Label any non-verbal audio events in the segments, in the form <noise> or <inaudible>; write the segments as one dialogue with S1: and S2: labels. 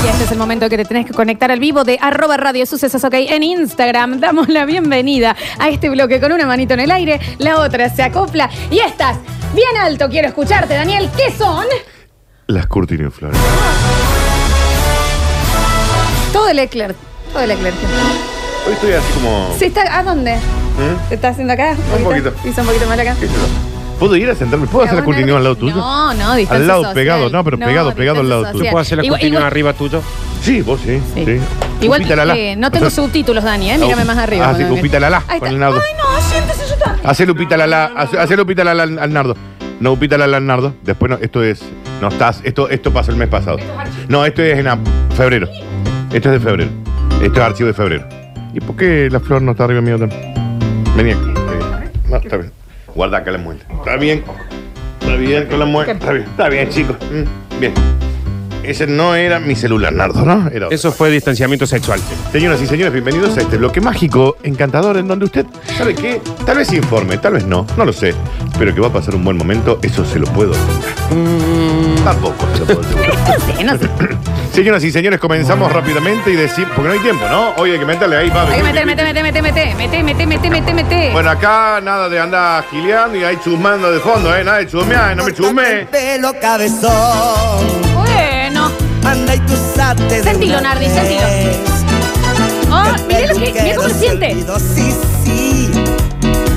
S1: Y este es el momento que te tenés que conectar al vivo de arroba radio sucesos ok en Instagram. Damos la bienvenida a este bloque con una manito en el aire, la otra se acopla y estás bien alto. Quiero escucharte, Daniel. ¿Qué son?
S2: Las Curtin News, Flor.
S1: Todo el Eclair. Todo el Eclair.
S2: Hoy estoy así como.
S1: ¿Se está, ¿A dónde?
S2: ¿Mm?
S1: ¿Te estás haciendo acá?
S2: Un
S1: ¿Poquito?
S2: poquito.
S1: Hizo un poquito más acá. Ah,
S2: ¿Qué sé yo? ¿Puedo ir a sentarme? ¿Puedo hacer las Curtin News al lado tuyo?
S1: No, no, distancia
S2: Al lado,
S1: social.
S2: pegado, no, pero pegado, pegado al lado
S1: distancia social.
S2: tuyo.
S3: ¿Puedo hacer la
S1: Igual-
S3: cortina
S1: igual-
S3: arriba tuyo?
S2: Sí, vos sí. sí.
S1: Sí. Igual
S2: Cupita, la, la.
S1: eh, no
S2: <laughs>
S1: tengo subtítulos, Dani, ¿eh? Mírame más arriba.
S2: Ah, sí,
S1: Dani.
S2: Lupita Lalá,
S1: Ahí está.
S2: con el
S1: Ay,
S2: nardo.
S1: no, siéntese yo también.
S2: Hacé Lupita Lala, hace, hace Lupita Lala al, al Nardo. No, Lupita Lala al Nardo. Después no, esto es. No estás. Esto, esto pasó el mes pasado. No, esto es en ab- febrero. Esto es de febrero. Esto es archivo de febrero. ¿Y por qué la flor no está arriba mío también? Vení aquí. está bien. No, está bien. Guarda acá la muela. Está bien. Está bien con la muela. Está bien. Está bien, chicos. Mm, Bien. Ese no era mi celular, Nardo, ¿no? Era otro.
S3: Eso fue distanciamiento sexual.
S2: Señoras y señores, bienvenidos a este bloque mágico, encantador, en donde usted, ¿sabe qué? Tal vez se informe, tal vez no, no lo sé. Pero que va a pasar un buen momento, eso se lo puedo asegurar. Tampoco se lo puedo asegurar.
S1: <laughs> No sé, no sé.
S2: Señoras y señores, comenzamos rápidamente y decimos, porque no hay tiempo, ¿no? Oye, hay que meterle ahí, va.
S1: Hay que meter, meter, meter, meter, meter, meter, meter, meter, meter, meter.
S2: Bueno, acá nada de andar gileando y ahí chumando de fondo, ¿eh? Nada de chumear, no me
S4: Cortate el
S2: chumé.
S4: pelo cabezón.
S1: Bueno.
S4: Anda y tú sates de
S1: Sentilo,
S4: una
S1: Nardi,
S4: vez.
S1: sentilo. Oh, mirá lo
S4: Del
S1: que, mirá
S4: peluquero
S1: cómo lo siente.
S4: salido, Sí, sí.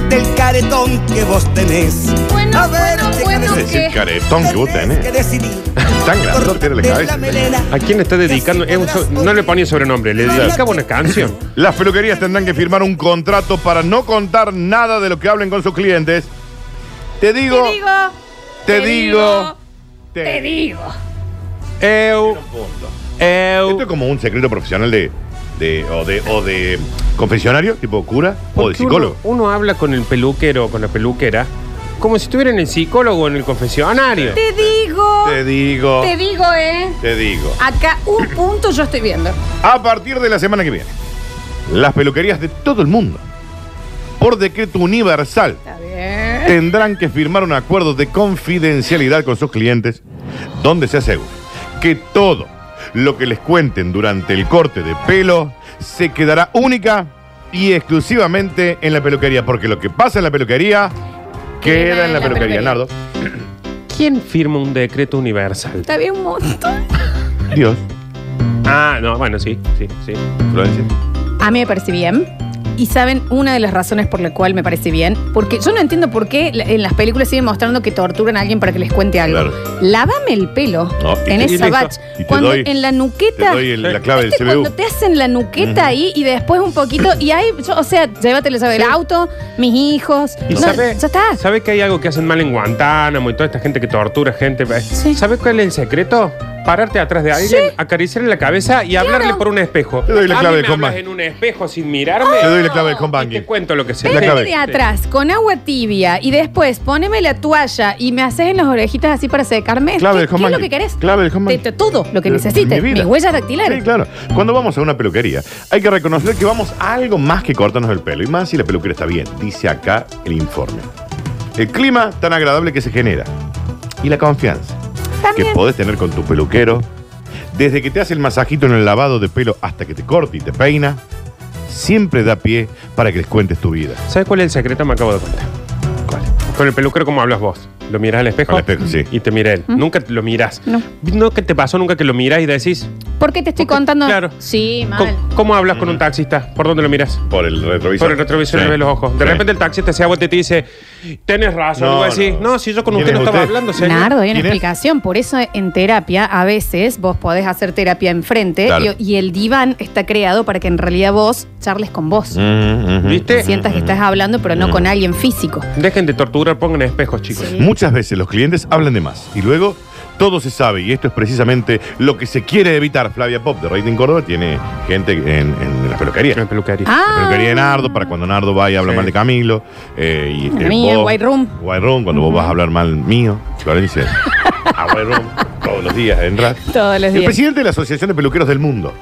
S4: Del caretón que vos tenés.
S1: Bueno, bueno,
S4: te
S1: bueno,
S2: Es el caretón que vos
S4: Que
S2: tenés.
S4: decidí.
S3: <laughs>
S2: Tan grandote
S4: Cortate
S2: era la cabeza.
S4: melena.
S3: ¿A quién le está dedicando? Es un so- no le ponía sobrenombre, le dedicaba
S1: <laughs>
S3: una canción.
S2: Las peluquerías tendrán que firmar un contrato para no contar nada de lo que hablen con sus clientes. Te digo,
S1: Te digo.
S2: te digo, te
S1: Te
S2: digo.
S1: digo.
S3: Eu, eu.
S2: Esto es como un secreto profesional de, de- o, de o de confesionario, tipo cura o de
S3: Porque
S2: psicólogo.
S3: Uno, uno habla con el peluquero o con la peluquera como si estuviera en el psicólogo o en el confesionario.
S1: Te digo.
S2: Te digo,
S1: Te digo, eh.
S2: te digo.
S1: Acá un punto yo estoy viendo.
S2: A partir de la semana que viene, las peluquerías de todo el mundo, por decreto universal,
S1: Está bien.
S2: tendrán que firmar un acuerdo de confidencialidad con sus clientes donde se asegure que todo lo que les cuenten durante el corte de pelo se quedará única y exclusivamente en la peluquería, porque lo que pasa en la peluquería queda en la, peluquería, Nardo.
S3: ¿Quién firma un decreto universal?
S1: Está bien un montón.
S2: Dios,
S3: Ah, no, bueno, sí, sí, sí.
S2: Florencia.
S1: A mí me parece bien. Y saben, una de las razones por la cual me parece bien, porque yo no entiendo por qué la- en las películas siguen mostrando que torturan a alguien para que les cuente algo.
S2: Claro.
S1: Lávame el pelo
S2: No, y
S1: en
S2: te- y
S1: esa
S3: listo.
S1: batch.
S2: Y te
S1: Cuando
S2: doy-
S1: en la
S2: Te
S1: nuqueta.
S2: doy el- la clave del
S1: ¿Viste
S2: CBU.
S1: Cuando te hacen la nuqueta ahí y después un poquito, y ahí, yo- o sea, llévatelo ¿sabes? el auto, mis hijos.
S3: ¿Y
S1: no,
S3: sabe,
S1: ya está.
S3: sabe que hay algo que hacen mal en Guantánamo y toda esta gente que tortura gente? Eh,
S1: Sí.
S3: ¿Sabe cuál es el secreto? Pararte atrás de alguien, acariciarle la cabeza y hablarle por un espejo.
S2: Te doy la
S3: A mí
S2: clave
S3: me
S2: de Comba.
S3: hablas en un espejo sin mirarme.
S2: Te doy la clave del home
S3: y te
S2: banking.
S3: cuento lo que se
S2: La
S3: Sí.
S2: clave.
S1: Venme de atrás con agua tibia y después poneme la toalla y me haces en las orejitas así para secarme.
S2: Clave
S1: ¿Qué,
S2: del home
S1: qué es lo
S2: banking.
S1: que querés?
S2: Clave del home
S1: Te- te-
S2: banking.
S1: Todo lo que
S2: De-
S1: necesites.
S2: Eh, mi vida.
S1: Mis huellas dactilares.
S2: Sí, claro. Cuando vamos a una peluquería, hay que reconocer que vamos a algo más que cortarnos el pelo. Y más si la peluquera está bien, dice acá el informe. El clima tan agradable que se genera y la confianza que
S1: También.
S2: podés tener con tu peluquero, desde que te hace el masajito en el lavado de pelo hasta que te corta y te peina, siempre da pie para que les cuentes tu vida.
S3: ¿Sabes cuál es el secreto? Me acabo de contar.
S2: ¿Cuál?
S3: Con el peluquero, ¿cómo hablas vos? ¿Lo miras al espejo?
S2: Al espejo, sí.
S3: Y te mira él. Nunca te lo mirás.
S1: No.
S3: No que te pasó nunca que lo mirás y decís.
S1: ¿Por qué te estoy
S3: Porque-
S1: contando?
S3: claro.
S1: Sí,
S3: "Co-
S1: mal.
S3: ¿Cómo, hablas con un taxista? ¿Por dónde lo miras?
S2: Por el retrovisor.
S3: Por el retrovisor
S2: Sí.
S3: le ves los ojos. De
S2: Sí.
S3: repente el taxista se vuelta y te dice, tenés razón.
S2: No,
S3: y vos decís,
S2: no.
S3: no, si yo con
S2: ¿Quién
S3: usted
S2: es
S3: no estaba
S2: usted?
S3: hablando, señor.
S1: Nardo, hay
S2: ¿Quién
S1: una
S2: es?
S1: explicación. Por eso en terapia, a veces vos podés hacer terapia enfrente
S2: Claro.
S1: y, y el diván está creado para que en realidad vos charles con vos.
S2: Mm, mm, mm.
S3: ¿Viste?
S1: Sientas que estás hablando, pero no con alguien físico.
S3: Dejen de torturar, pongan espejos, chicos.
S1: Sí.
S2: Muchas veces los clientes hablan de más y luego todo se sabe y esto es precisamente lo que se quiere evitar. Flavia Pop de Rating Córdoba tiene gente en, en la peluquería.
S3: En la peluquería.
S1: Ah.
S2: La peluquería de Nardo, para cuando Nardo vaya a hablar
S3: Sí.
S2: mal de Camilo. eh, y,
S1: Madre
S2: eh,
S1: mía,
S2: vos-
S1: White Room.
S2: White Room, cuando vos vas a hablar mal mío, Florencia. a White Room, todos los días entras.
S1: Todos los
S2: El
S1: días.
S2: presidente de la Asociación de Peluqueros del Mundo,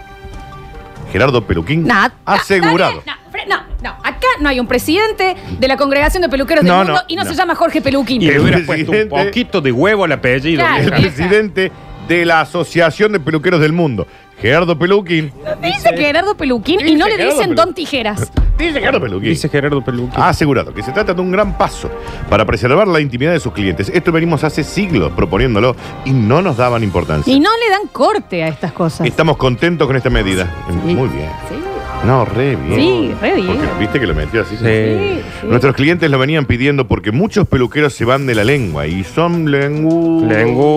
S2: Gerardo Peluquín,
S1: No, no,
S2: asegurado.
S1: está bien, No, Fre- no, no, acá no hay un presidente de la congregación de peluqueros del
S2: No,
S1: mundo
S2: no,
S1: y no,
S2: no.
S1: se llama Jorge Peluquín.
S3: Y le
S2: El
S3: hubiera puesto un
S2: presidente-
S3: poquito de huevo al apellido.
S1: Claro.
S2: el
S3: vieja.
S2: presidente de la Asociación de Peluqueros del Mundo, Gerardo Peluquín.
S1: Dice que Gerardo Peluquín y
S2: Dice
S1: no le
S2: Gerardo
S1: dicen
S2: Peluquín.
S1: Don
S2: <laughs>
S1: Tijeras.
S2: Dice Gerardo Peluquín. Ah.
S3: Dice Gerardo Peluquín.
S2: ha asegurado que se trata de un gran paso para preservar la intimidad de sus clientes. Esto venimos hace siglos proponiéndolo y no nos daban importancia.
S1: Y no le dan corte a estas cosas.
S2: Estamos contentos con esta medida. Eh,
S1: Sí.
S2: Muy bien.
S1: Sí,
S2: No, re bien.
S1: Sí, re bien.
S2: Porque viste que lo metió así.
S1: sí,
S3: Sí.
S1: sí.
S2: Nuestros clientes lo venían pidiendo porque muchos peluqueros se van de la lengua y son lengu...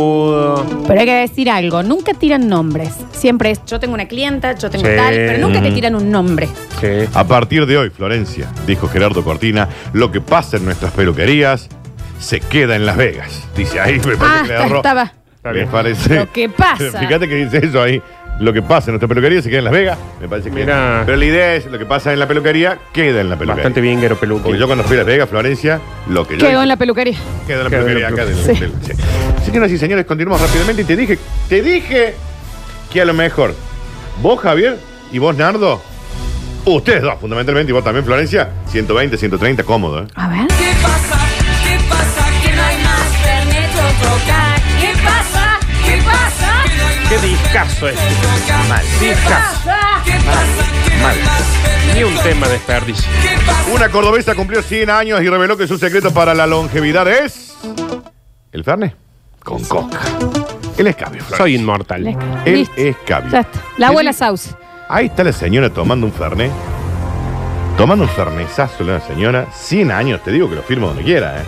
S3: Lengudo.
S1: Pero hay que decir algo, nunca tiran nombres. Siempre es, yo tengo una clienta, yo tengo
S3: Sí.
S1: tal, pero nunca te tiran un nombre.
S3: Sí.
S2: A partir de hoy, Florencia, dijo Gerardo Cortina, lo que pasa en nuestras peluquerías se queda en Las Vegas. Dice ahí, me parece
S1: Ah,
S2: que le agarró.
S1: estaba.
S3: Está
S2: Me
S3: bien.
S2: parece.
S1: Lo que pasa.
S2: <laughs> Fíjate que dice eso ahí. Lo que pasa en nuestra peluquería se queda en Las Vegas. Me parece que.
S3: Mirá.
S2: Pero la idea es lo que pasa en la peluquería queda en la peluquería.
S3: Bastante bien, Gero
S2: Porque
S3: Peluquín.
S2: yo cuando fui a Las Vegas, Florencia, lo que yo.
S1: Quedó
S2: hice-
S1: en la peluquería.
S2: queda en la
S3: Quedó en
S2: peluquería
S3: la
S2: acá
S1: peluquería.
S2: del- del- sí. Señoras y señores, continuamos rápidamente y te dije, te dije que a lo mejor vos, Javier, y vos, Nardo, ustedes dos, fundamentalmente, y vos también, Florencia, 120, 130, cómodo, ¿eh?
S1: A ver.
S5: ¿Qué pasa? ¿Qué pasa? Que no hay más permiso trocar. ¿Qué pasa? ¿Qué pasa?
S3: Qué discazo es. Mal. Discazo.
S5: ¿Qué pasa? Que no
S3: Mal.
S5: hay más
S3: Ni un
S5: permiso
S3: tema de desperdicio.
S5: ¿Qué pasa?
S2: Una cordobesa cumplió 100 años y reveló que su secreto para la longevidad es. El Fernet con coca. El escabio, Florencia.
S3: Soy inmortal.
S2: El
S1: Listo.
S2: escabio.
S1: Ya está. La abuela Sauce.
S2: Ahí está la señora tomando un Fernet. Tomando un fernesazo la señora. 100 años, te digo que lo firmo donde quiera, ¿eh?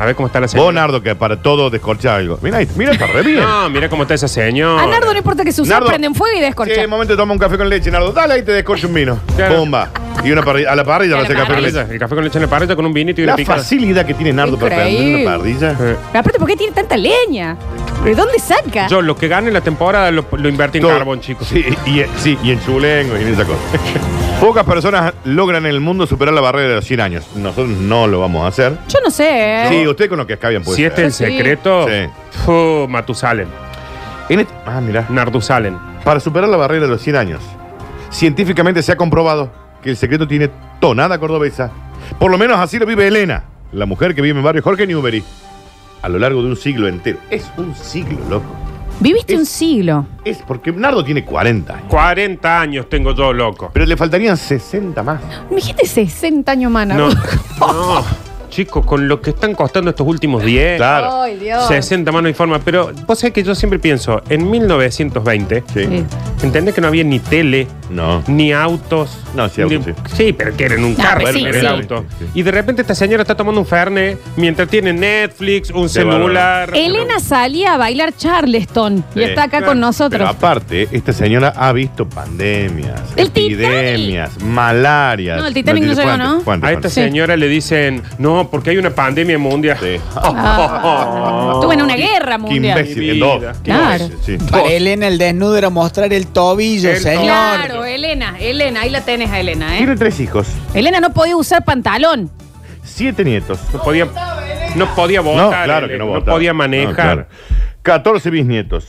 S3: A ver cómo está la señora.
S2: Bonardo, que para todo descorchar algo. Mira, mira, está re bien.
S3: No, mira cómo está esa señora.
S1: A Nardo no importa que se use,
S2: Nardo.
S1: prenden fuego y descorcha.
S2: Sí, momento toma un café con leche, Nardo. Dale ahí te descorcha un vino.
S3: Claro.
S2: Bomba. Y una parrilla. A la parrilla
S1: A
S2: va a
S1: la
S2: hacer café con
S3: Parrilla,
S2: leche.
S3: El café con leche en la parrilla con un vinito y una
S2: La
S3: picada.
S2: facilidad que tiene Nardo para prender
S1: Increíble.
S2: una parrilla.
S3: Eh,
S1: Pero aparte, ¿por qué tiene tanta leña? ¿De dónde saca?
S3: Yo lo que gane la temporada lo, lo invertí en
S2: Todo.
S3: carbón, chicos.
S2: Sí, y, sí, y en chulengo y en esa cosa. <laughs> Pocas personas logran en el mundo superar la barrera de los 100 años. Nosotros no lo vamos a hacer.
S1: Yo no sé. ¿eh?
S3: ¿Eh?
S2: Sí, usted con lo que escabian puede
S3: si este
S2: ser.
S3: es el secreto,
S2: pues, eh. Sí.
S3: fu, Matusalen,
S2: En este- Ah, mira.
S3: Nardusalen.
S2: Para superar la barrera de los 100 años, científicamente se ha comprobado que el secreto tiene tonada cordobesa. Por lo menos así lo vive Elena, la mujer que vive en barrio Jorge Newbery. A lo largo de un siglo entero. Es un siglo, loco.
S1: Viviste
S2: Es-
S1: un siglo.
S2: Es porque Nardo tiene 40 años.
S3: 40 años tengo yo, loco.
S2: Pero le faltarían 60 más.
S1: Me dijiste 60 años más,
S3: No,
S1: Nardo. <laughs>
S3: no. Chicos, con lo que están costando estos últimos 10,
S2: Claro.
S1: Ay, Dios.
S3: 60 manos y forma. Pero vos sabés que yo siempre pienso, en 1920,
S1: Sí.
S3: ¿entendés que no había ni tele,
S2: No.
S3: ni autos?
S2: No, sí, autos,
S3: ni-
S2: sí.
S3: pero que eran un
S1: Ah,
S3: carro,
S1: pues sí,
S3: era
S1: sí.
S3: el auto.
S2: Sí, sí.
S3: Y de repente esta señora está tomando un Fernet mientras tiene Netflix, un celular.
S1: Elena salía a bailar Charleston y
S2: Sí.
S1: está acá
S3: Claro.
S1: con
S2: Pero
S1: nosotros.
S2: aparte, esta señora ha visto pandemias,
S1: El Titanic.
S2: epidemias, malarias.
S1: No, el Titanic no
S2: tiene-
S1: llegó,
S2: ¿cuánto?
S1: ¿no?
S2: ¿Cuánto?
S3: A
S2: ¿Cuánto?
S3: esta señora le dicen, no, porque hay una pandemia mundial.
S2: Sí. Oh,
S1: Ah. Estuvo en una guerra
S2: Qué
S1: Ah, mundial.
S2: imbécil,
S3: Mi
S2: en
S3: vida.
S2: dos. Qué
S1: Claro.
S2: imbécil, sí.
S6: Para Elena el desnudo era mostrar el tobillo,
S3: El
S6: señor.
S1: Claro, Elena, Elena, ahí la tenés a Elena, ¿eh?
S2: Tiene tres hijos,
S1: Elena no podía usar pantalón.
S2: siete nietos.
S3: No podía, no podía votar.
S2: No, claro
S3: Elena,
S2: que no
S3: no
S2: votaba.
S3: podía
S2: No,
S3: manejar.
S2: claro. 14 bisnietos.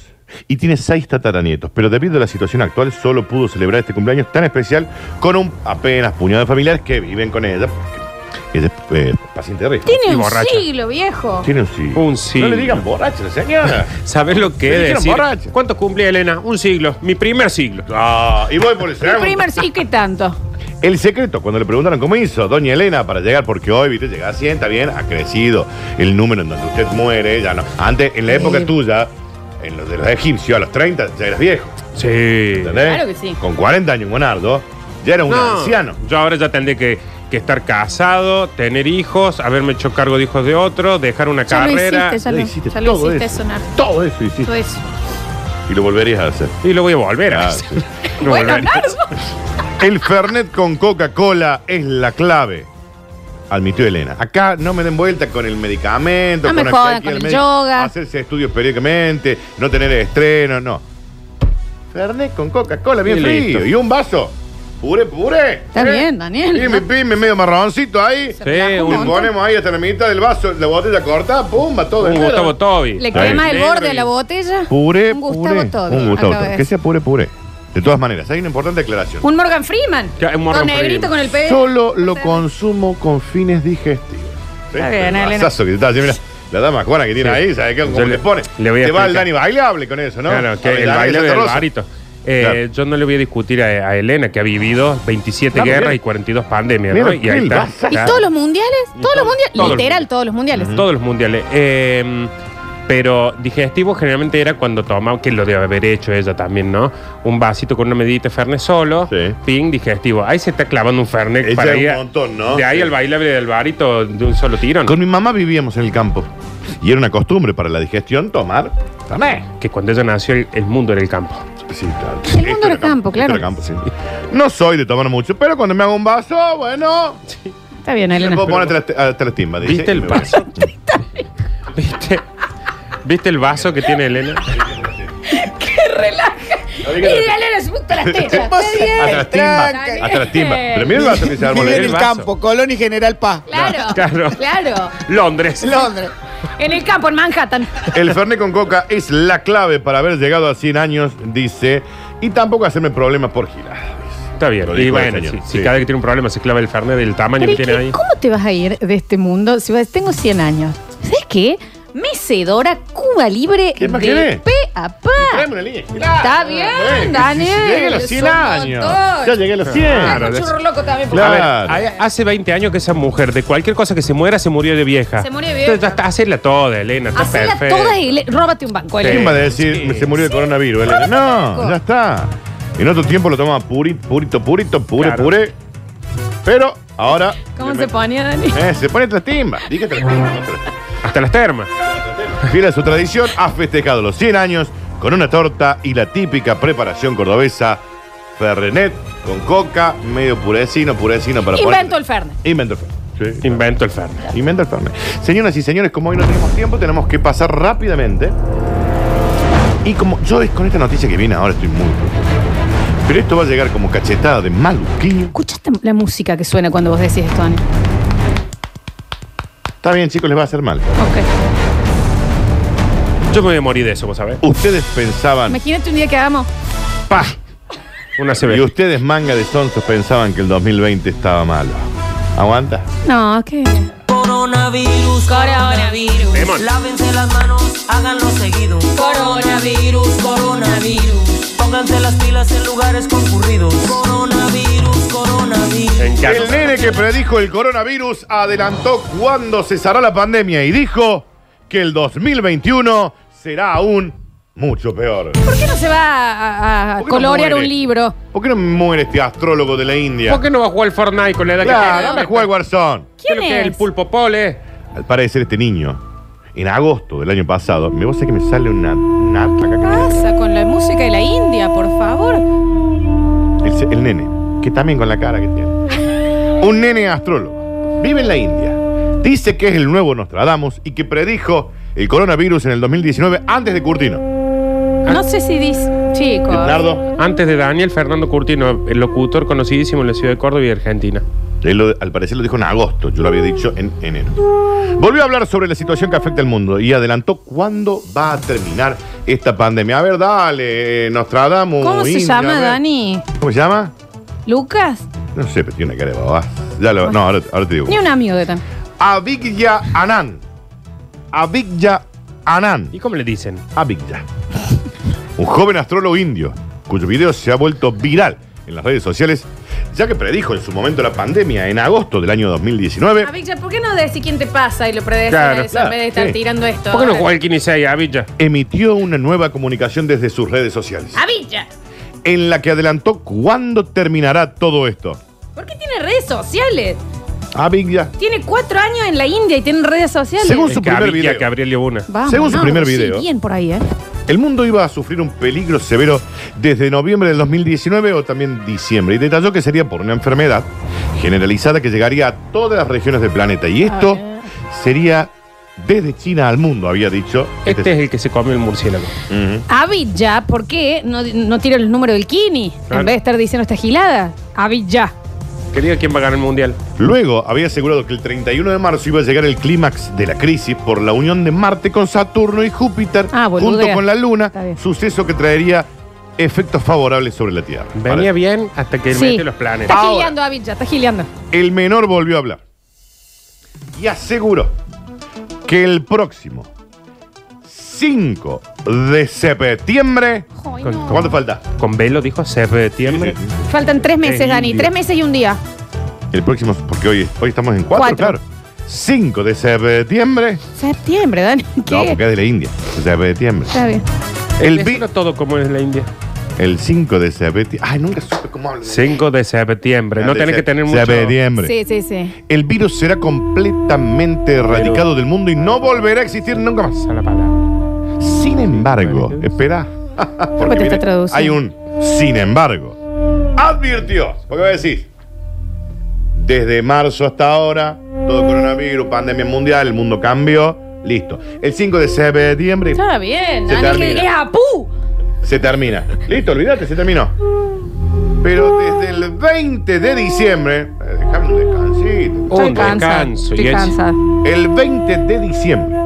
S2: Y tiene seis tataranietos. Pero debido a la situación actual, solo pudo celebrar este cumpleaños tan especial con un apenas puñado de familiares que viven con ella. Ella es eh, paciente de riesgo.
S1: Tiene
S3: Y
S1: un
S3: borracha.
S1: siglo, viejo.
S2: Tiene un sí.
S3: Un siglo.
S2: No le digan borracha, la señora.
S3: ¿Sabés lo
S2: Me
S3: que es
S2: dijeron
S3: decir?
S2: borracha.
S3: ¿Cuánto cumple Elena? Un siglo. Mi primer siglo.
S2: Ah, y voy por el
S1: El
S2: segundo.
S1: primer sí, ¿qué tanto?
S2: El secreto, cuando le preguntaron cómo hizo Doña Elena para llegar, porque hoy, viste, llega a 100, está bien, ha crecido el número en donde usted muere, ya no. Antes, en la época tuya, en los de los egipcios, a los 30 ya eras viejo,
S3: Sí.
S2: ¿entendés?
S1: Claro que sí.
S2: Con 40 años, Monardo, ya era un anciano.
S3: Yo ahora ya tendré que, que estar casado, tener hijos, haberme hecho cargo de hijos de otro, dejar una
S1: Ya lo
S3: carrera.
S1: hiciste, ya
S2: Ya
S1: lo,
S2: hiciste
S1: ya lo
S2: todo
S1: hiciste
S2: eso.
S1: sonar.
S2: Todo eso hiciste.
S1: Todo eso.
S2: Y lo volverías a hacer.
S3: Y lo voy a volver a
S2: Ah,
S3: hacer.
S2: sí.
S3: <laughs> Lo
S1: Bueno,
S3: volveré.
S1: Nardo.
S2: El Fernet con Coca-Cola es la clave. Admitió Elena. Acá no me den vuelta con el medicamento,
S1: No me
S2: la
S1: jodan,
S2: jerarquía
S1: con
S2: del
S1: el yoga.
S2: Hacerse estudios periódicamente, no tener estreno, no. Fernet con Coca-Cola bien
S3: Y
S2: frío.
S3: listo.
S2: Y un vaso. Pure, pure.
S1: Está bien, Daniel.
S2: Pime, pime, medio marroncito ahí.
S1: Se
S3: Sí,
S1: relajó
S3: un
S2: Le
S1: montón.
S2: ponemos ahí hasta la mitad del vaso, la botella corta, pumba, todo.
S3: Un
S2: entero.
S3: Gustavo Tobi.
S1: Le
S2: Está
S1: quema
S2: bien.
S1: el
S3: Negro
S1: borde a
S3: y-
S1: la botella.
S2: Pure,
S1: un Gustavo
S2: pure.
S1: Toddy,
S2: Un Gustavo
S1: acaba
S2: Toddy.
S1: de
S2: Que
S1: decir.
S2: sea pure, pure. De todas maneras, hay una importante aclaración.
S1: Un Morgan Freeman.
S3: Ya, un Morgan
S1: Todo negrito
S3: Freeman.
S1: con el pelo.
S2: Solo lo consumo con fines digestivos.
S1: Está bien, Elena.
S2: El vasazo que te está haciendo, mira, la dama Juana que tiene
S3: Sí.
S2: ahí, ¿sabes qué? ¿Cómo
S3: Yo
S2: le,
S3: le-
S2: pone?
S3: le voy a
S2: Te va
S3: explicar.
S2: el Dani bailable con eso, ¿no?
S3: Claro, que
S2: A ver,
S3: el
S2: Dani
S3: baile
S2: Santa
S3: del
S2: Rosa.
S3: barito. Eh,
S2: Claro.
S3: Yo no le voy a discutir a, a Elena, que ha vivido 27
S2: Está muy
S3: guerras
S2: bien.
S3: y 42 pandemias,
S2: Mira,
S3: ¿no? Y ahí
S2: Gil,
S3: está.
S2: vas a-
S1: ¿Y
S3: Claro.
S1: todos los mundiales? Todos los mundiales.
S3: todos los
S1: Literal,
S3: mundiales.
S1: todos los mundiales.
S3: Todos los mundiales. Eh, pero digestivo generalmente era cuando tomaba, que lo debe haber hecho ella también, ¿no? Un vasito con una medita de Fernet solo,
S2: Sí.
S3: ping, digestivo. Ahí se está clavando un Fernet
S2: Ella es un
S3: ir a-
S2: montón, ¿no?
S3: De ahí
S2: Sí.
S3: al bailable del barito de un solo tirón.
S2: Con mi mamá vivíamos en el campo. Y era una costumbre para la digestión tomar. Fernet.
S3: Que cuando ella nació, el, el mundo era el campo.
S2: Sí, claro.
S1: El mundo
S2: Esto
S1: era campo, claro.
S2: esto era campo, sí. No soy de tomar mucho, pero cuando me hago un vaso, bueno,
S1: Está bien,
S2: me
S1: Elena.
S2: puedo
S1: <laughs>
S2: poner hasta las- hasta las timbas. dice,
S3: ¿Viste
S2: y
S3: el
S2: me voy.
S3: vaso? <laughs> ¿Viste? ¿Viste el vaso que tiene Elena?
S1: Relaja. Y
S2: bien.
S1: Elena es justo las tetas.
S6: ¿Qué pasa?
S1: Está bien. Está bien.
S2: Hasta las timbas. Hasta las timbas. Pero mira el vaso que se <laughs> armó
S6: Vive
S2: la
S6: en
S3: el
S6: el
S3: vaso.
S6: campo, Colón y General Paz.
S1: Claro. Claro.
S3: Claro. Londres.
S6: Londres.
S1: En el campo, en Manhattan.
S2: El Fernet con coca es la clave para haber llegado a 100 años, dice, y tampoco hacerme problemas por girar.
S3: Está bien.
S2: Lo
S3: Y
S2: dijo el
S3: bueno, si,
S2: señor.
S3: si
S2: Sí.
S3: cada que tiene un problema se clava el Fernet del tamaño
S1: Pero
S3: que
S1: es
S3: tiene
S1: que,
S3: ahí.
S1: ¿cómo te vas a ir de este mundo si vas, tengo 100 años? ¿Sabes qué? Mecedora, Cuba Libre,
S2: ¿Qué más
S1: de
S2: querés?
S1: pe a
S2: Tráeme
S1: pa.
S2: una línea.
S1: Ah. Está bien, Daniel.
S2: Llegué a los 100
S1: Es un
S2: años.
S1: montón.
S2: Ya llegué a los 100.
S1: Ah, con churro loco también. por
S2: Claro.
S1: favor.
S3: A ver, a- hace 20 años que esa mujer, de cualquier cosa que se muera, se murió de vieja.
S1: Se murió de vieja.
S3: Entonces, ya está, hacela toda, Elena. Está
S1: Hacela
S3: perfecto.
S1: todas y le- róbate un banco, Elena.
S2: ¿Quién va a decir,
S3: Sí.
S2: "Me- se murió de coronavirus? Elena"? No, ya está. En otro tiempo lo tomaba puri- purito, purito, pure,
S3: Claro.
S2: pure. Pero ahora...
S1: ¿Cómo
S2: le
S1: se
S2: met-
S1: ponía, Dani?
S2: Eh, se pone tras timba. Dije tras timba, no tras-
S3: Hasta las termas.
S2: Fiel a su tradición, ha festejado los 100 años con una torta y la típica preparación cordobesa, fernet con coca, medio purecino, purecino para
S1: Invento
S2: poner-
S1: el Fernet.
S2: Invento el fernet. Sí.
S3: Invento el Fernet.
S2: Invento el fernet. Señoras y señores, como hoy no tenemos tiempo, tenemos que pasar rápidamente. Y como yo es con esta noticia que viene ahora estoy muy preocupado. Pero esto va a llegar como cachetada de maluquiño.
S1: ¿Escuchaste la música que suena cuando vos decís esto, Dani?
S2: Está bien, chicos, les va a hacer mal.
S1: Ok.
S3: Yo me voy a morir de eso, vos sabés.
S2: Ustedes pensaban
S1: Imagínate un día que hagamos.
S3: ¡Pah! Una se
S2: Y ustedes, manga de sonsos, pensaban que el 2020 estaba malo. ¿Aguanta?
S1: No, ¿qué?
S7: Coronavirus, coronavirus.
S3: Demon.
S7: Lávense las manos, háganlo seguido. Coronavirus, coronavirus. Pónganse las pilas en lugares concurridos. Coronavirus, coronavirus.
S3: En casa.
S2: El nene que predijo el coronavirus adelantó cuándo cesará la pandemia y dijo que el 2021 será aún mucho peor.
S1: ¿Por qué no se va a, a- a
S2: ¿Por qué no
S1: colorear
S2: muere?
S1: un libro?
S2: ¿Por qué no muere este astrólogo de la India?
S3: ¿Por qué no va a jugar al Fortnite con la edad
S2: Claro,
S3: que
S2: no me juega el Warzone.
S1: ¿Quién
S3: Creo que
S1: es?
S3: el pulpo pole.
S2: Al parecer, este niño, en agosto del año pasado, me vos sé que me sale una, una ataca
S1: ¿Qué
S2: acá.
S1: pasa con la música de la India, por favor?
S2: El, el nene, que también con la cara que tiene. Un nene astrólogo. Vive en la India. Dice que es el nuevo Nostradamus y que predijo el coronavirus en el 2019 antes de Curtino.
S1: No sé si dice. Chicos.
S2: Ah. Leonardo,
S3: Antes de Daniel, Fernando Curtino, el locutor conocidísimo en la ciudad de Córdoba y Argentina.
S2: él lo- al parecer lo dijo en agosto, yo lo había dicho en enero. Volvió a hablar sobre la situación que afecta al mundo y adelantó cuándo va a terminar esta pandemia. A ver, dale, eh, Nostradamus.
S1: ¿Cómo se
S2: India, a
S1: llama,
S2: ver.
S1: Dani?
S2: ¿Cómo se llama?
S1: ¿Lucas?
S2: No sé, pero tiene una cara de babá. Ya lo- no, ahora, ahora te digo.
S1: Ni un amigo de tan.
S2: Avigya Anand. Avigya Anand.
S3: ¿Y cómo le dicen?
S2: Avigya. Un joven astrólogo indio, cuyo video se ha vuelto viral en las redes sociales, ya que predijo en su momento la pandemia en agosto del año 2019.
S1: Avicya, ¿por qué no decís quién te pasa y lo predecís
S3: Claro,
S1: eso en
S2: claro,
S1: vez de estar
S2: sí.
S1: tirando esto?
S3: ¿Por qué no juega el 15 a Villa?
S2: Emitió una nueva comunicación desde sus redes sociales,
S1: Avicya,
S2: en la que adelantó cuándo terminará todo esto. Ah,
S1: ¿por qué tiene redes sociales?
S2: Avigya.
S1: Tiene cuatro años en la India y tiene redes sociales.
S2: Según- Con su
S3: Es que
S2: primer
S3: Avilla,
S2: video.
S3: que Gabriel Leona.
S1: Vamos,
S2: Según su
S1: no,
S2: primer
S1: sí,
S2: video. ¿Mm?
S1: bien por ahí, ¿eh?
S2: El mundo iba a sufrir un peligro severo desde noviembre del 2019 o también diciembre y detalló que sería por una enfermedad generalizada que llegaría a todas las regiones del planeta y esto
S1: ver.
S2: sería desde China al mundo, había dicho.
S3: Este es el que se comió el murciélago.
S2: Ujú.
S1: Avicya, ¿por qué no, no tira el número del Kini?
S3: Claro.
S1: En vez de estar diciendo esta gilada. Javi, ya.
S3: Querido, ¿quién va a ganar el mundial?
S2: Luego había asegurado que el 31 de marzo iba a llegar el clímax de la crisis por la unión de Marte con Saturno y Júpiter
S1: Ah, boludea.
S2: junto con la Luna,
S1: Está bien.
S2: suceso que traería efectos favorables sobre la Tierra.
S3: Venía
S2: Ahora,
S3: bien hasta que él
S1: Sí.
S3: metió los planes.
S1: Está
S2: Ahora.
S1: gileando, Javi, ya, está gileando.
S2: El menor volvió a hablar y aseguró que el próximo 5 de septiembre...
S1: Ay,
S3: Con-
S1: no.
S2: ¿Cuánto falta?
S3: Con velo dijo septiembre.
S1: Faltan tres meses,
S3: Es
S1: Dani.
S3: indio.
S1: Tres meses y un día.
S2: El próximo, porque hoy, hoy estamos en 4,
S1: Cuatro.
S2: claro. 5 de septiembre.
S1: Septiembre, Dani.
S2: No,
S1: ¿Qué?
S2: porque es de la India. Septiembre.
S1: Está bien.
S2: El, vi-
S3: Vino todo como es la India.
S2: El 5 de septiembre. Ay, nunca supe cómo hablo.
S3: 5 de septiembre. No
S2: De
S3: tenés
S2: se-
S3: que tener mucho.
S2: Septiembre.
S1: Sí, sí, sí.
S2: El virus será completamente erradicado del mundo y no volverá a existir nunca más.
S3: Esa es la palabra.
S2: Sin embargo,
S3: Virus.
S2: espera. <laughs>
S1: ¿Cómo te
S2: viene-
S1: está traduciendo?
S2: hay un sin embargo. Advirtió. Porque voy a decir. Desde marzo hasta ahora, todo coronavirus, pandemia mundial, el mundo cambió. Listo. El 5 de septiembre
S1: Está bien,
S2: Se
S1: Dani.
S2: termina.
S1: que Es apú.
S2: se termina. Listo, olvídate, se terminó. Pero desde el 20 de diciembre, eh, déjame un descansito.
S1: Estoy
S3: Un
S1: cansada.
S3: descanso,
S1: Estoy
S3: y es-
S1: cansada.
S2: El 20 de diciembre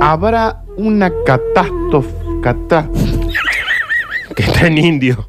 S2: habrá una catástrofe. catá-
S3: Que está en indio.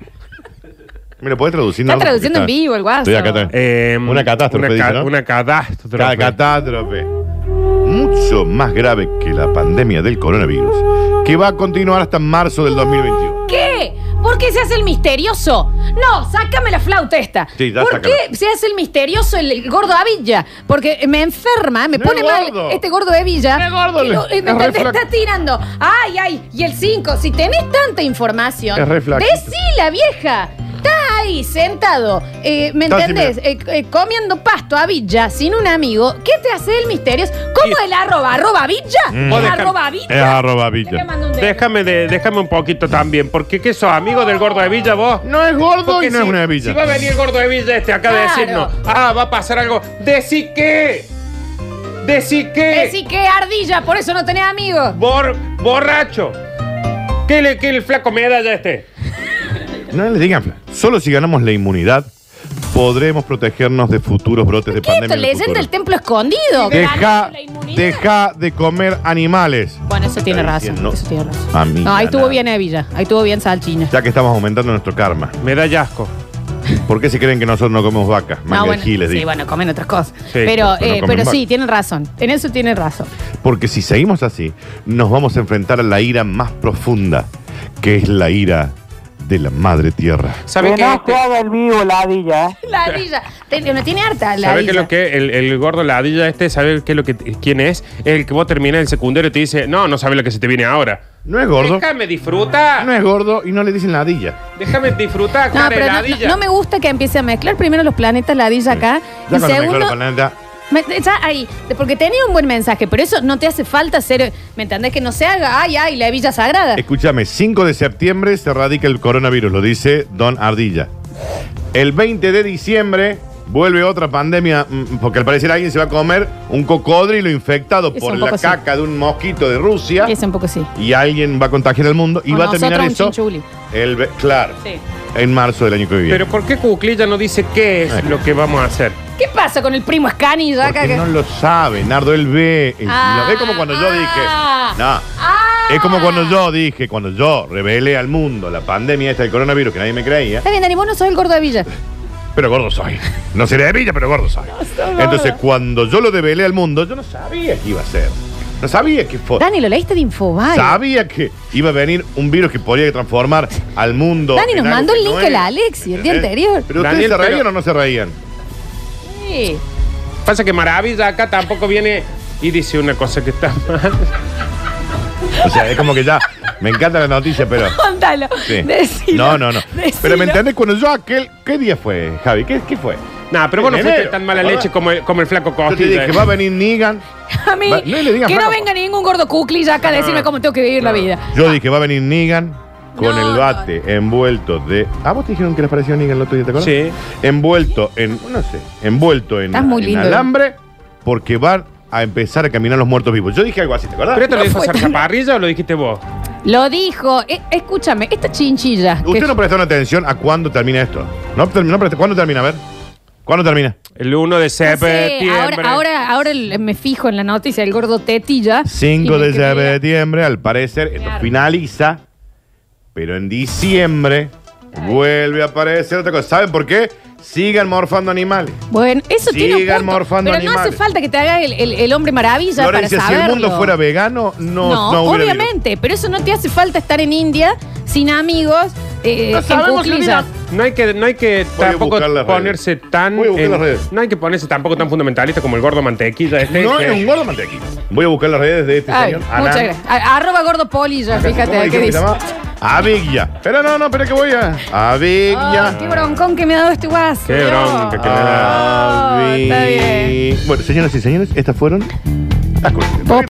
S2: ¿Me lo puedes traducir?
S1: Está
S2: Nardo?
S1: traduciendo en
S2: Porque
S1: vivo el WhatsApp.
S2: Estoy acá también.
S3: Eh,
S2: Una catástrofe,
S3: Una,
S2: dice,
S3: ca-
S2: ¿no?
S3: una catástrofe.
S2: Ca- catástrofe. Mucho más grave que la pandemia del coronavirus, que va a continuar hasta marzo del 2021.
S1: ¿Qué? ¿Por qué se hace el misterioso? No, sácame la flauta esta.
S2: Sí, ya,
S1: ¿Por
S2: sácala.
S1: qué se hace el misterioso el, el gordo Avilla? Porque me enferma, me
S2: No
S1: pone
S2: es
S1: mal
S2: gordo.
S1: este gordo Avilla.
S2: No es gordo,
S1: Que lo-
S2: le-
S1: me
S2: es re
S1: está, te
S2: flaco.
S1: está tirando. Ay, ay. Y el 5, si tenés tanta información,
S2: Es re flaquito.
S1: decila, vieja. Está ahí, sentado. eh, ¿Me
S2: Está así,
S1: entendés? Eh, eh, comiendo pasto Avilla sin un amigo. ¿Qué te hace el misterioso? ¿Cómo el arroba? ¿Arroba Avilla?
S3: Vos dejá-
S1: ¿Arroba
S2: Mm. Es
S1: Avilla?
S2: arroba
S1: Le voy a
S2: Villa.
S1: mandar un dedo.
S3: Déjame, de- déjame un poquito también. Porque ¿qué sos? ¿Amigo del gordo de Villa vos?
S2: No es gordo
S3: Porque
S2: y no
S3: si,
S2: es una
S3: si va a
S2: villa.
S3: venir el gordo de Villa este acá
S1: Claro.
S3: a decirnos, ah, va a pasar algo. ¿Decí qué? ¿Decí qué?
S1: Decí que ardilla, por eso no tenés amigos.
S3: Bor- borracho. ¿Qué le, qué le flaco medalla este?
S2: No le digan, Fla. solo si ganamos la inmunidad podremos protegernos de futuros brotes de
S1: ¿Qué es
S2: pandemia.
S1: esto?
S2: en el
S1: Leyenda
S2: futuro.
S1: del templo escondido.
S2: Deja,
S1: Ganamos la inmunidad.
S2: deja de comer animales.
S1: Bueno, eso tiene
S2: Está
S1: razón.
S2: diciendo
S1: Eso tiene razón.
S2: a mí,
S1: no, ahí
S2: a
S1: estuvo
S2: nada.
S1: bien Evilla. Ahí estuvo bien Salchina.
S2: Ya que estamos aumentando nuestro karma.
S3: Medalla asco.
S2: ¿Por qué se creen que nosotros no comemos vacas? Manga
S1: No,
S2: de
S1: bueno,
S2: giles,
S1: sí,
S2: digo.
S1: bueno, comen otras cosas.
S2: no
S1: pero eh,
S2: comen
S1: pero
S2: vaca.
S1: sí, tienen razón. En eso tienen
S2: <laughs>
S1: razón.
S2: Porque si seguimos así, nos vamos a enfrentar a la ira más profunda, que es la ira de la madre tierra.
S3: ¿Sabes qué? Este-
S7: el vivo, ladilla, ¿eh?
S1: La ardilla. Ten- no tiene harta la
S3: ¿Sabes qué
S1: ardilla.
S3: es lo que el, el gordo ladilla este? ¿Sabes qué es lo que quién es? El que vos terminás el secundario y te dice, no, no sabes lo que se te viene ahora.
S2: No es gordo.
S3: Déjame disfrutar.
S2: No es gordo y no le dicen ladilla.
S3: Déjame disfrutar,
S1: No,
S3: cara de
S1: pero no,
S3: ladilla.
S1: no- no me gusta que empiece a mezclar primero los planetas ladilla acá.
S2: Ya
S1: y
S2: cuando me
S1: segundo,
S2: la planeta,
S1: Me- ya ahí, de- porque tenía un buen mensaje, pero eso no te hace falta ser, ¿me entendés? Que no se haga, ay, ay, la Villa Sagrada.
S2: Escúchame, 5 de septiembre se erradica el coronavirus, lo dice Don Ardilla. El 20 de diciembre vuelve otra pandemia, mm, porque al parecer alguien se va a comer un cocodrilo infectado
S1: Es
S2: por
S1: un
S2: la
S1: poco así.
S2: caca de un mosquito de Rusia.
S1: Es un poco así.
S2: Y alguien va a contagiar al mundo y
S1: O
S2: va a terminar
S1: nosotros un
S2: eso.
S1: chinchuli.
S2: El, ve- claro,
S1: Sí.
S2: en marzo del año que viene.
S3: Pero ¿por qué Cuclilla no dice qué es
S2: Ay.
S3: lo que vamos a hacer?
S1: ¿Qué pasa con el primo Scani ya acá?
S2: Porque
S1: que-
S2: no lo sabe, Nardo, él ve. él-
S1: Ah,
S2: lo ve como cuando yo
S1: ah,
S2: dije. No.
S1: Ah.
S2: Es como cuando yo dije, cuando yo revelé al mundo la pandemia esta del coronavirus que nadie me creía.
S1: Está bien, Dani, vos no sos el gordo de
S2: <laughs>
S1: Villa.
S2: Pero gordo soy. No seré de villa, pero gordo soy. Entonces, cuando yo lo develé al mundo, yo no sabía que iba a ser. No sabía que fue.
S1: Dani, lo leíste de Infobae.
S2: Sabía que iba a venir un virus que podía transformar al mundo.
S1: Dani,
S2: en
S1: nos
S2: algo
S1: mandó
S2: que
S1: el
S2: no
S1: link
S2: es.
S1: el Alexi el día
S2: ¿Entendés?
S1: anterior.
S2: ¿Pero ustedes
S3: Daniel,
S2: se reían
S3: pero-
S2: o no se reían?
S1: Sí. <laughs>
S3: Pasa que Maravilla acá tampoco viene y dice una cosa que está mal.
S2: O sea, es como que ya. Me encanta la noticia,
S1: <laughs>
S2: pero.
S1: Contalo.
S2: Sí.
S1: Decilo.
S2: No, no, no.
S1: Decilo.
S2: Pero me entendés cuando yo aquel. ¿Qué día fue, Javi? ¿Qué, qué fue?
S3: Nah, pero vos no
S2: En
S3: fuiste
S2: enero.
S3: tan mala
S2: Hola.
S3: leche como el, como el flaco ¿eh?
S2: Yo te
S3: Costilla.
S2: dije, va a venir Negan.
S1: A mí,
S2: Va- no le digas
S1: que no
S2: nada.
S1: venga ningún gordo cucli ya acá a decirme cómo tengo que vivir la vida.
S2: Yo dije, va a venir Negan con
S1: No,
S2: el bate envuelto de. ¿A vos te dijeron que les pareció Negan el otro día, te acuerdas?
S3: Sí.
S2: Envuelto en. No sé. Envuelto en,
S1: Estás muy
S2: en
S1: lindo.
S2: alambre porque van a empezar a caminar los muertos vivos. Yo dije algo así, ¿te acuerdas?
S3: ¿Pero esto
S1: No
S3: lo dijo
S1: fue tan-
S3: Sarcaparrilla o lo dijiste vos?
S1: Lo dijo. eh, escúchame, esta chinchilla. que-
S2: Usted no prestaron atención a cuándo termina esto. No terminó, pero ¿cuándo termina? A ver. ¿Cuándo termina?
S3: El 1 de
S1: No sé,
S3: septiembre.
S1: ahora, ahora, ahora el- me fijo en la noticia, el gordo tetilla.
S2: 5
S1: Y me
S2: de
S1: quedé-
S2: septiembre, al parecer, esto
S1: Claro.
S2: finaliza, pero en diciembre vuelve a aparecer otra cosa. ¿Saben por qué? Sigan morfando animales.
S1: Bueno, eso tiene un
S2: Sigan
S1: punto,
S2: morfando
S1: Pero no hace
S2: animales.
S1: falta que te haga el, el- el hombre maravilla
S2: Florencia,
S1: para
S2: si
S1: saberlo.
S2: el mundo fuera vegano, no,
S1: No,
S2: no, hubiera virus.
S1: obviamente, pero eso no te hace falta estar en India sin amigos, eh,
S3: No
S1: en
S3: sabemos,
S1: cuclillas.
S3: Lorena. No hay que, no hay que
S2: Voy a
S3: tampoco
S2: buscar las redes.
S3: ponerse tan.
S2: Voy a buscar
S3: en-
S2: las redes.
S3: no hay que ponerse tampoco tan fundamentalista como el gordo mantequilla. Este,
S2: No,
S3: que-
S2: es un gordo mantequilla. Voy a buscar las redes de este
S1: Ay,
S2: señor.
S1: muchas
S2: Anand.
S1: gracias. A- Arroba gordo polilla,
S2: ¿Cómo
S1: fíjate
S2: dije
S1: qué
S2: que
S1: dice.
S2: se llama? Avigya. Pero no, no, espera que voy a.
S1: Ay,
S2: Avigya.
S1: qué broncón que me ha dado este guas.
S3: Qué bronca que me da.
S1: Oh, está
S2: Avi- Bueno, señoras y señores, estas fueron las cosas.
S1: ¿Puedo